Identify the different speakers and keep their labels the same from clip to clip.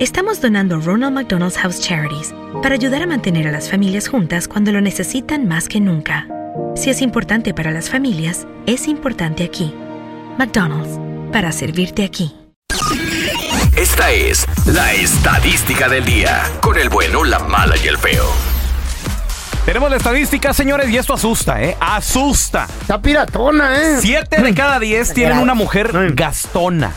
Speaker 1: Estamos donando Ronald McDonald's House Charities para ayudar a mantener a las familias juntas cuando lo necesitan más que nunca. Si es importante para las familias, es importante aquí. McDonald's, para servirte aquí.
Speaker 2: Esta es la estadística del día, con el bueno, la mala y el feo.
Speaker 3: Tenemos la estadística, señores, y esto asusta, ¿eh? Asusta.
Speaker 4: Está piratona, ¿eh?
Speaker 3: Siete de cada diez tienen una mujer gastona.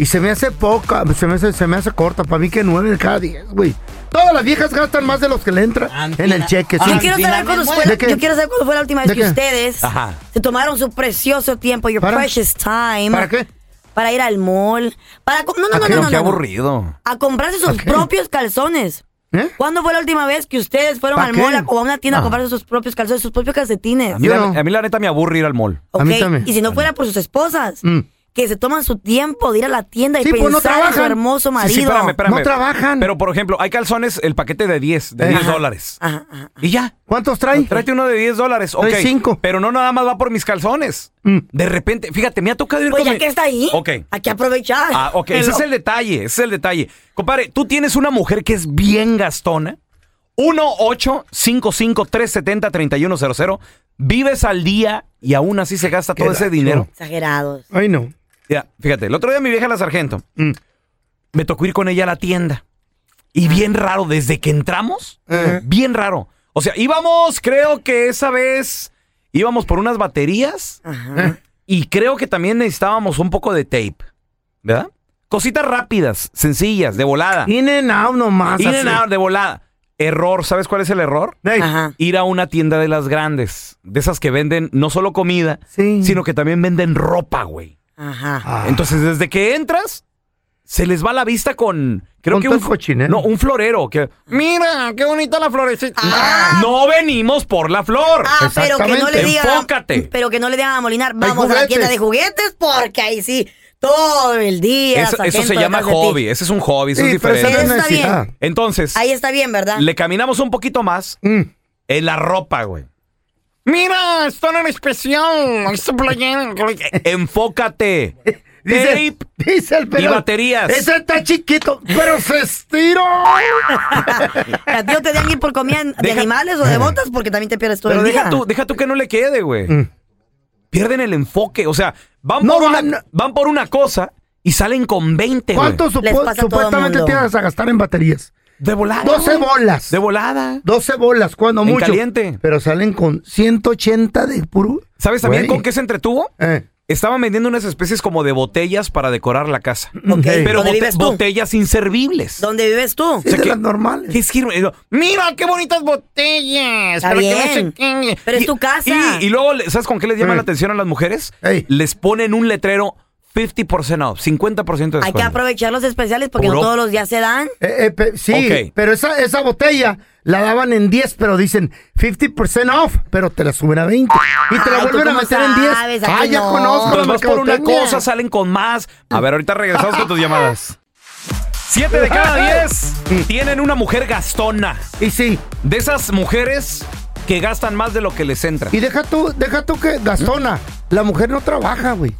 Speaker 4: Y se me hace poca, se me hace, se me hace corta. Para mí que nueve de cada diez, güey. Todas las viejas gastan más de los que le entran en el
Speaker 3: Ah,
Speaker 4: cheque.
Speaker 5: Yo
Speaker 4: sí.
Speaker 5: quiero, saber cuándo fue,
Speaker 4: ¿De qué?
Speaker 5: yo quiero saber cuándo fue la última
Speaker 4: ¿De
Speaker 5: vez que
Speaker 4: qué?
Speaker 5: ustedes
Speaker 3: Ajá.
Speaker 5: se tomaron su precioso tiempo, your
Speaker 4: ¿Para?
Speaker 5: precious time.
Speaker 4: ¿Para qué? Ah,
Speaker 5: Para ir al mall. Para co- no, no, no,
Speaker 3: Pero
Speaker 5: no, no,
Speaker 3: qué
Speaker 5: no, no.
Speaker 3: aburrido.
Speaker 5: A comprarse sus
Speaker 4: qué?
Speaker 5: propios calzones.
Speaker 4: ¿Eh?
Speaker 5: ¿Cuándo fue la última vez que ustedes fueron
Speaker 4: ¿Para
Speaker 5: al
Speaker 4: qué?
Speaker 5: mall a- o a una tienda
Speaker 3: Ah.
Speaker 5: a comprarse sus propios calzones, sus propios calcetines?
Speaker 3: A mí,
Speaker 4: Yo
Speaker 3: la,
Speaker 4: no.
Speaker 3: a mí la neta me aburre ir al mall.
Speaker 4: a mí
Speaker 5: Ok,
Speaker 4: también.
Speaker 5: Y si no fuera por sus esposas,
Speaker 4: Mm.
Speaker 5: que se toman su tiempo de ir a la tienda y
Speaker 4: Sí, pues,
Speaker 5: pensar
Speaker 4: no
Speaker 5: en su
Speaker 4: trabajan.
Speaker 5: hermoso marido.
Speaker 3: Sí, sí, espérame, espérame.
Speaker 4: No trabajan.
Speaker 3: Pero, por ejemplo, hay calzones, el paquete de 10, de
Speaker 4: Eh.
Speaker 3: 10 dólares.
Speaker 5: Ajá, ajá.
Speaker 3: Y ya. Pues,
Speaker 4: ¿Cuántos trae?
Speaker 3: Tráete uno de 10 dólares. Ok.
Speaker 4: Trae cinco.
Speaker 3: Pero no nada más va por mis calzones.
Speaker 4: Mm.
Speaker 3: De repente, fíjate, me ha tocado ir
Speaker 5: Pues
Speaker 3: con
Speaker 5: ya
Speaker 3: mi-
Speaker 5: que está ahí,
Speaker 3: Ok.
Speaker 5: hay que aprovechar.
Speaker 3: Ah, ok. Ese es el detalle, ese es el detalle. Compadre, tú tienes una mujer que es bien gastona. 1-855-370-3100. Vives al día y aún así se gasta
Speaker 4: Qué
Speaker 3: todo ese
Speaker 4: gacho.
Speaker 3: dinero.
Speaker 5: Exagerados.
Speaker 4: Ay, no.
Speaker 3: Ya, fíjate, el otro día mi vieja la sargento,
Speaker 4: Mm.
Speaker 3: me tocó ir con ella a la tienda.
Speaker 4: Ah.
Speaker 3: Y bien raro, desde que entramos,
Speaker 4: Ajá.
Speaker 3: bien raro. O sea, íbamos, creo que esa vez íbamos por unas baterías eh,
Speaker 5: Ajá.
Speaker 3: y creo que también necesitábamos un poco de tape, ¿verdad? Cositas rápidas, sencillas, de volada.
Speaker 4: In and out nomás.
Speaker 3: Ah. In
Speaker 4: así.
Speaker 3: and out, de volada. Error, ¿sabes cuál es el error?
Speaker 4: Ey,
Speaker 5: Ajá.
Speaker 3: Ir a una tienda de las grandes, de esas que venden no solo comida,
Speaker 4: Sí.
Speaker 3: sino que también venden ropa, güey.
Speaker 5: Ajá.
Speaker 4: Ah,
Speaker 3: Entonces, desde que entras, se les va la vista con. Creo
Speaker 4: Con
Speaker 3: que
Speaker 4: todo
Speaker 3: un.
Speaker 4: el cochinero.
Speaker 3: No, un florero. Que, Mira, qué bonita la florecita.
Speaker 4: Ah,
Speaker 3: No venimos por la flor.
Speaker 5: Ah, pero que no le
Speaker 4: Exactamente.
Speaker 5: digan.
Speaker 3: Enfócate.
Speaker 5: Pero que no le digan a Molinar, vamos a la
Speaker 4: juguetes.
Speaker 5: tienda de juguetes, porque ahí sí, todo el día.
Speaker 3: Eso, eso
Speaker 5: sargento,
Speaker 3: se llama
Speaker 5: detrás de ti.
Speaker 3: hobby. Ese es un hobby, eso
Speaker 4: sí,
Speaker 3: es
Speaker 4: pero
Speaker 3: diferente.
Speaker 4: esa no es
Speaker 5: Eso está bien.
Speaker 4: necesidad.
Speaker 3: Entonces,
Speaker 5: Ahí está bien, ¿verdad?
Speaker 3: le caminamos un poquito más
Speaker 4: Mm.
Speaker 3: en la ropa, güey.
Speaker 6: Mira, están en especial. Esta playera.
Speaker 3: Enfócate.
Speaker 4: Dice,
Speaker 3: Tape.
Speaker 4: dice el pelón.
Speaker 3: baterías.
Speaker 4: Ese está chiquito, pero se estiró.
Speaker 5: ¿A ti no te dejan ir por comida de
Speaker 3: Deja-
Speaker 5: animales o de botas? Porque también te pierdes todo
Speaker 3: Pero
Speaker 5: el
Speaker 3: deja
Speaker 5: día.
Speaker 3: tú, deja tú que no le quede, güey.
Speaker 4: Mm.
Speaker 3: Pierden el enfoque. O sea, van,
Speaker 4: No,
Speaker 3: por, una,
Speaker 4: van-
Speaker 3: van por una cosa y salen con 20, güey.
Speaker 4: ¿Cuánto supo-
Speaker 5: Les pasa a todo
Speaker 4: supuestamente
Speaker 5: mundo.
Speaker 4: tienes a gastar en baterías?
Speaker 3: De volada.
Speaker 4: 12
Speaker 3: güey.
Speaker 4: bolas.
Speaker 3: De volada.
Speaker 4: 12 bolas, cuando
Speaker 3: En
Speaker 4: mucho.
Speaker 3: caliente.
Speaker 4: Pero salen con 180 de puro.
Speaker 3: ¿Sabes también
Speaker 4: Güey.
Speaker 3: con qué se entretuvo?
Speaker 4: Eh,
Speaker 3: Estaban vendiendo unas especies como de botellas para decorar la casa.
Speaker 5: Mm, Ok,
Speaker 4: Ey.
Speaker 3: Pero
Speaker 5: ¿Dónde
Speaker 3: bote-
Speaker 5: vives tú?
Speaker 3: botellas inservibles.
Speaker 5: ¿Dónde vives tú?
Speaker 4: es de
Speaker 3: que-
Speaker 4: las normales.
Speaker 3: ¿Qué es que- eh, no.
Speaker 6: Mira, qué bonitas botellas.
Speaker 5: Está
Speaker 6: Pero que no
Speaker 5: bien.
Speaker 6: sé qué.
Speaker 5: Pero
Speaker 3: Y-
Speaker 5: es tu casa.
Speaker 3: Y, y luego, le- ¿sabes con qué les llama
Speaker 4: Eh.
Speaker 3: la atención a las mujeres?
Speaker 4: Ey.
Speaker 3: Les ponen un letrero 50% off, 50% de
Speaker 5: Hay que
Speaker 3: descuento.
Speaker 5: aprovechar los especiales porque no
Speaker 3: pues, Puro-
Speaker 5: todos los días se dan.
Speaker 4: Eh, eh, pe- sí,
Speaker 3: Ok.
Speaker 4: pero esa, esa botella la daban en 10, pero dicen 50% off, pero te la suben a 20. Y te la
Speaker 5: Ay, ¿tú
Speaker 4: vuelven a
Speaker 5: cómo
Speaker 4: meter en 10.
Speaker 5: sabes? ¿A
Speaker 4: Ah,
Speaker 5: que
Speaker 4: ya
Speaker 5: no?
Speaker 4: conozco.
Speaker 3: Entonces
Speaker 4: la
Speaker 3: Pues vas por una
Speaker 4: mercadotecnia.
Speaker 3: cosa, salen con más. A ver, ahorita regresamos con tus llamadas. Siete de cada diez tienen una mujer gastona.
Speaker 4: Y sí,
Speaker 3: De esas mujeres que gastan más de lo que les entra.
Speaker 4: y deja tú, deja tú que Gastona, la mujer no trabaja, güey.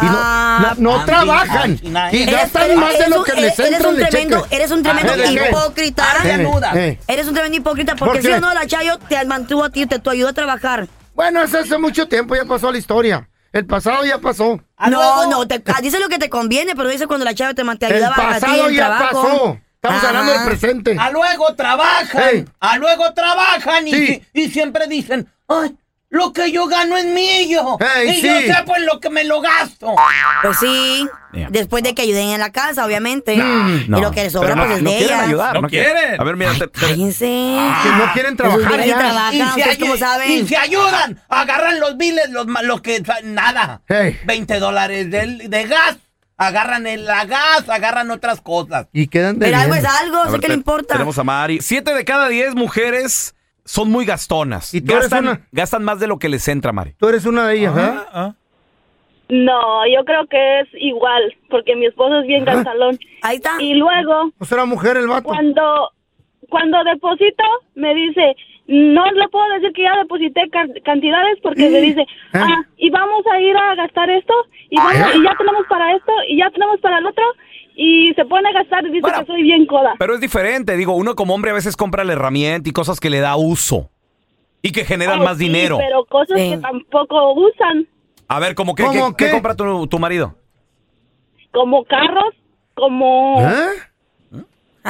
Speaker 4: Y no,
Speaker 5: Ah,
Speaker 4: no- no
Speaker 6: Andy,
Speaker 4: trabajan.
Speaker 6: Andy, Andy.
Speaker 4: Y
Speaker 5: Eres-
Speaker 4: gastan más de
Speaker 5: eres
Speaker 4: lo
Speaker 5: un-
Speaker 4: que
Speaker 5: eres-
Speaker 4: les entra
Speaker 5: Eres un
Speaker 4: de
Speaker 5: tremendo,
Speaker 4: cheque.
Speaker 5: eres un tremendo
Speaker 4: Ah, ¿de qué?
Speaker 5: hipócrita.
Speaker 4: Eh, eh.
Speaker 5: Eres un tremendo hipócrita
Speaker 4: ¿Por
Speaker 5: porque si
Speaker 4: qué?
Speaker 5: o no, la Chayo te mantuvo a ti, te, te ayudó a trabajar.
Speaker 4: Bueno, eso hace mucho tiempo, ya pasó a la historia. El pasado ya pasó.
Speaker 5: No, no, te, ah, dice lo que te conviene, pero dice cuando la Chayo te, man- te
Speaker 4: El
Speaker 5: ayudaba a ti en
Speaker 4: pasado
Speaker 5: el
Speaker 4: ya
Speaker 5: trabajo.
Speaker 4: pasó. Estamos
Speaker 5: Ajá. Ah,
Speaker 4: hablando del presente.
Speaker 6: A luego trabajan,
Speaker 4: Ey.
Speaker 6: a luego trabajan y,
Speaker 4: Sí.
Speaker 6: si- y siempre dicen, ay, lo que yo gano es mío.
Speaker 4: Ey,
Speaker 6: y
Speaker 4: sí.
Speaker 6: yo sé pues lo que me lo gasto.
Speaker 5: Pues sí,
Speaker 3: Yeah.
Speaker 5: después de que ayuden en la casa, obviamente.
Speaker 3: No,
Speaker 5: y lo que le sobra
Speaker 3: pero no-
Speaker 5: pues es
Speaker 3: no
Speaker 5: de
Speaker 3: quieren
Speaker 5: ella.
Speaker 3: ayudar.
Speaker 7: No
Speaker 3: quieren.
Speaker 7: quieren.
Speaker 3: A ver, mira. te- te-
Speaker 5: Cállense.
Speaker 4: Que no quieren
Speaker 5: Esos
Speaker 4: trabajar
Speaker 5: viejas
Speaker 4: ya.
Speaker 5: trabajan, ustedes como
Speaker 6: ayu-
Speaker 5: saben.
Speaker 6: y se ayudan, agarran los biles, los, ma- los que sa- nada.
Speaker 4: Ey.
Speaker 6: 20 dólares del- de, gas, agarran el, la gas, agarran otras cosas.
Speaker 4: Y quedan de
Speaker 5: Pero algo es
Speaker 4: bien.
Speaker 5: algo,
Speaker 3: A
Speaker 5: sé
Speaker 3: ver,
Speaker 5: que le
Speaker 3: te-
Speaker 5: importa.
Speaker 3: Tenemos a Mari. Siete de cada diez mujeres son muy gastonas.
Speaker 4: Y tú eres
Speaker 3: gastan,
Speaker 4: una.
Speaker 3: gastan más de lo que les entra, Mari.
Speaker 4: Tú eres una de ellas, ¿eh? ¿verdad?
Speaker 7: Ah, ah.
Speaker 8: No, yo creo que es igual, porque mi esposo es bien gastalón.
Speaker 5: Ahí está.
Speaker 8: Y luego,
Speaker 4: O sea, la mujer, el vato.
Speaker 8: cuando, cuando deposito, me dice, no le puedo decir que ya deposité ca- cantidades, porque me dice, ah, y vamos a ir a gastar esto, y, vamos- y ya tenemos para esto, y ya tenemos para el otro, y se pone a gastar y dice
Speaker 3: Bueno,
Speaker 8: que soy bien coda.
Speaker 3: Pero es diferente. Digo, uno como hombre a veces compra la herramienta y cosas que le da uso y que generan
Speaker 8: Ay,
Speaker 3: más
Speaker 8: sí,
Speaker 3: dinero.
Speaker 8: Pero cosas
Speaker 5: Sí.
Speaker 8: que tampoco usan,
Speaker 3: A ver, ¿cómo qué,
Speaker 4: ¿Cómo
Speaker 3: qué- qué
Speaker 4: qué?
Speaker 3: compra tu, tu marido?
Speaker 8: como carros, como...
Speaker 4: ¿Eh?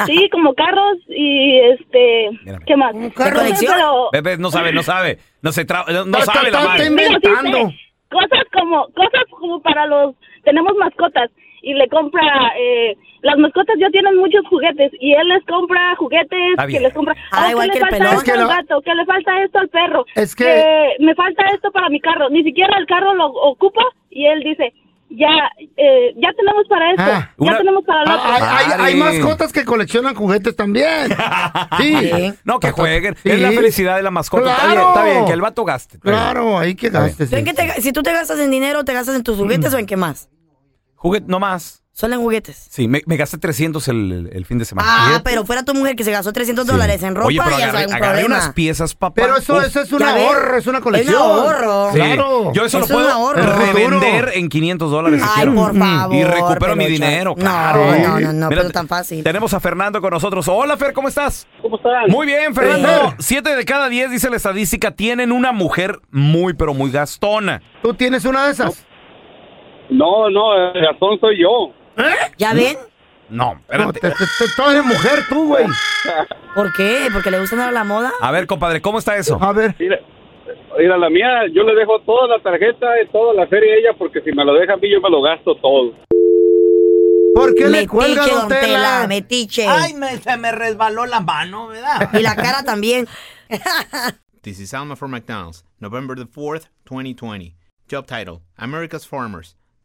Speaker 8: Sí, como carros y este,
Speaker 3: Mírame.
Speaker 8: ¿qué más?
Speaker 5: carros.
Speaker 8: No sé,
Speaker 5: ¿Colección?
Speaker 8: pero-
Speaker 3: Bebé, no sabe, no sabe. No, se tra- no- no
Speaker 4: Ta- ta-
Speaker 3: sabe la
Speaker 4: ta-
Speaker 3: Mari.
Speaker 4: ta-
Speaker 8: Pero sí
Speaker 4: inventando.
Speaker 8: sé, cosas como cosas como para los tenemos mascotas y le compra eh, las mascotas ya tienen muchos juguetes y él les compra juguetes
Speaker 3: Está bien.
Speaker 8: que les compra
Speaker 5: Ah,
Speaker 8: "Oh,
Speaker 5: igual
Speaker 8: ¿qué
Speaker 5: que
Speaker 8: le
Speaker 5: el
Speaker 8: falta
Speaker 5: pelón.
Speaker 8: esto
Speaker 4: Es que
Speaker 8: al
Speaker 4: no-
Speaker 8: gato que le falta esto al perro
Speaker 4: Es que-
Speaker 8: me falta esto para mi carro ni siquiera el carro lo ocupa y él dice ya eh, ya tenemos para esto
Speaker 4: Ah,
Speaker 8: ya
Speaker 3: una-
Speaker 8: tenemos para lo
Speaker 4: Ah,
Speaker 8: otro".
Speaker 4: Hay, hay- hay
Speaker 3: Mari.
Speaker 4: mascotas que coleccionan juguetes también. Sí.
Speaker 3: No, que jueguen. Es
Speaker 4: Sí.
Speaker 3: la felicidad de la mascota. Está bien,
Speaker 4: Claro.
Speaker 3: está bien, que el vato gaste. Está bien.
Speaker 4: Claro, ahí que gastes.
Speaker 5: ¿Tú en qué te- si tú te gastas en dinero, ¿te gastas en tus
Speaker 3: Mm.
Speaker 5: juguetes o en qué más?
Speaker 3: Juguete, no más.
Speaker 5: Solo en juguetes.
Speaker 3: Sí, me, me gasté 300 el, el- el fin de semana.
Speaker 5: Ah,
Speaker 3: Fíjate.
Speaker 5: pero fuera tu mujer que se gastó 300
Speaker 3: Sí.
Speaker 5: dólares en ropa,
Speaker 3: Oye, pero
Speaker 5: ya
Speaker 3: agarré,
Speaker 5: es un
Speaker 3: agarré
Speaker 5: problema.
Speaker 3: unas piezas, papá.
Speaker 4: Pero eso,
Speaker 3: Uf.
Speaker 4: eso es
Speaker 5: Ya
Speaker 4: un
Speaker 5: ves,
Speaker 4: ahorro, es una colección.
Speaker 5: Es un ahorro.
Speaker 3: Sí.
Speaker 4: Claro.
Speaker 3: Yo eso
Speaker 5: Es
Speaker 3: lo
Speaker 5: un
Speaker 3: puedo
Speaker 5: ahorro.
Speaker 3: revender en 500 dólares. si
Speaker 5: Ay,
Speaker 3: quiero.
Speaker 5: por favor.
Speaker 3: Mm, Y recupero mi
Speaker 5: Peluchas.
Speaker 3: dinero,
Speaker 5: No,
Speaker 3: claro.
Speaker 5: no, no, no,
Speaker 3: Mira,
Speaker 5: pero tan fácil.
Speaker 3: Tenemos a Fernando con nosotros. Hola, Fer, ¿cómo estás?
Speaker 8: ¿Cómo están?
Speaker 3: Muy bien, Fernando. Siete de cada diez, dice la estadística, tienen una mujer muy, pero muy gastona.
Speaker 4: ¿Tú tienes una de esas?
Speaker 8: no no Gastón soy yo
Speaker 3: ¿Mm?
Speaker 5: ¿Ya ven?
Speaker 3: No,
Speaker 4: No,
Speaker 3: espérate.
Speaker 4: te, te, te- tú eres mujer, tú, güey.
Speaker 5: ¿Por qué? ¿Porque le gusta andar a la moda?
Speaker 3: A ver, compadre, ¿cómo está eso?
Speaker 4: A ver.
Speaker 8: Mira, mira, la mía, yo le dejo toda la tarjeta, y toda la feria a ella, porque si me lo deja a mí, yo me lo gasto todo.
Speaker 4: ¿Por qué le cuelga
Speaker 5: Metiche,
Speaker 4: don
Speaker 5: don Tela,
Speaker 4: Tela?
Speaker 5: metiche.
Speaker 6: Ay, me, se me resbaló la mano, ¿verdad?
Speaker 5: Y la cara también.
Speaker 9: This is Alma from McDonald's, November the 4th, 2020. Job title America's Farmers,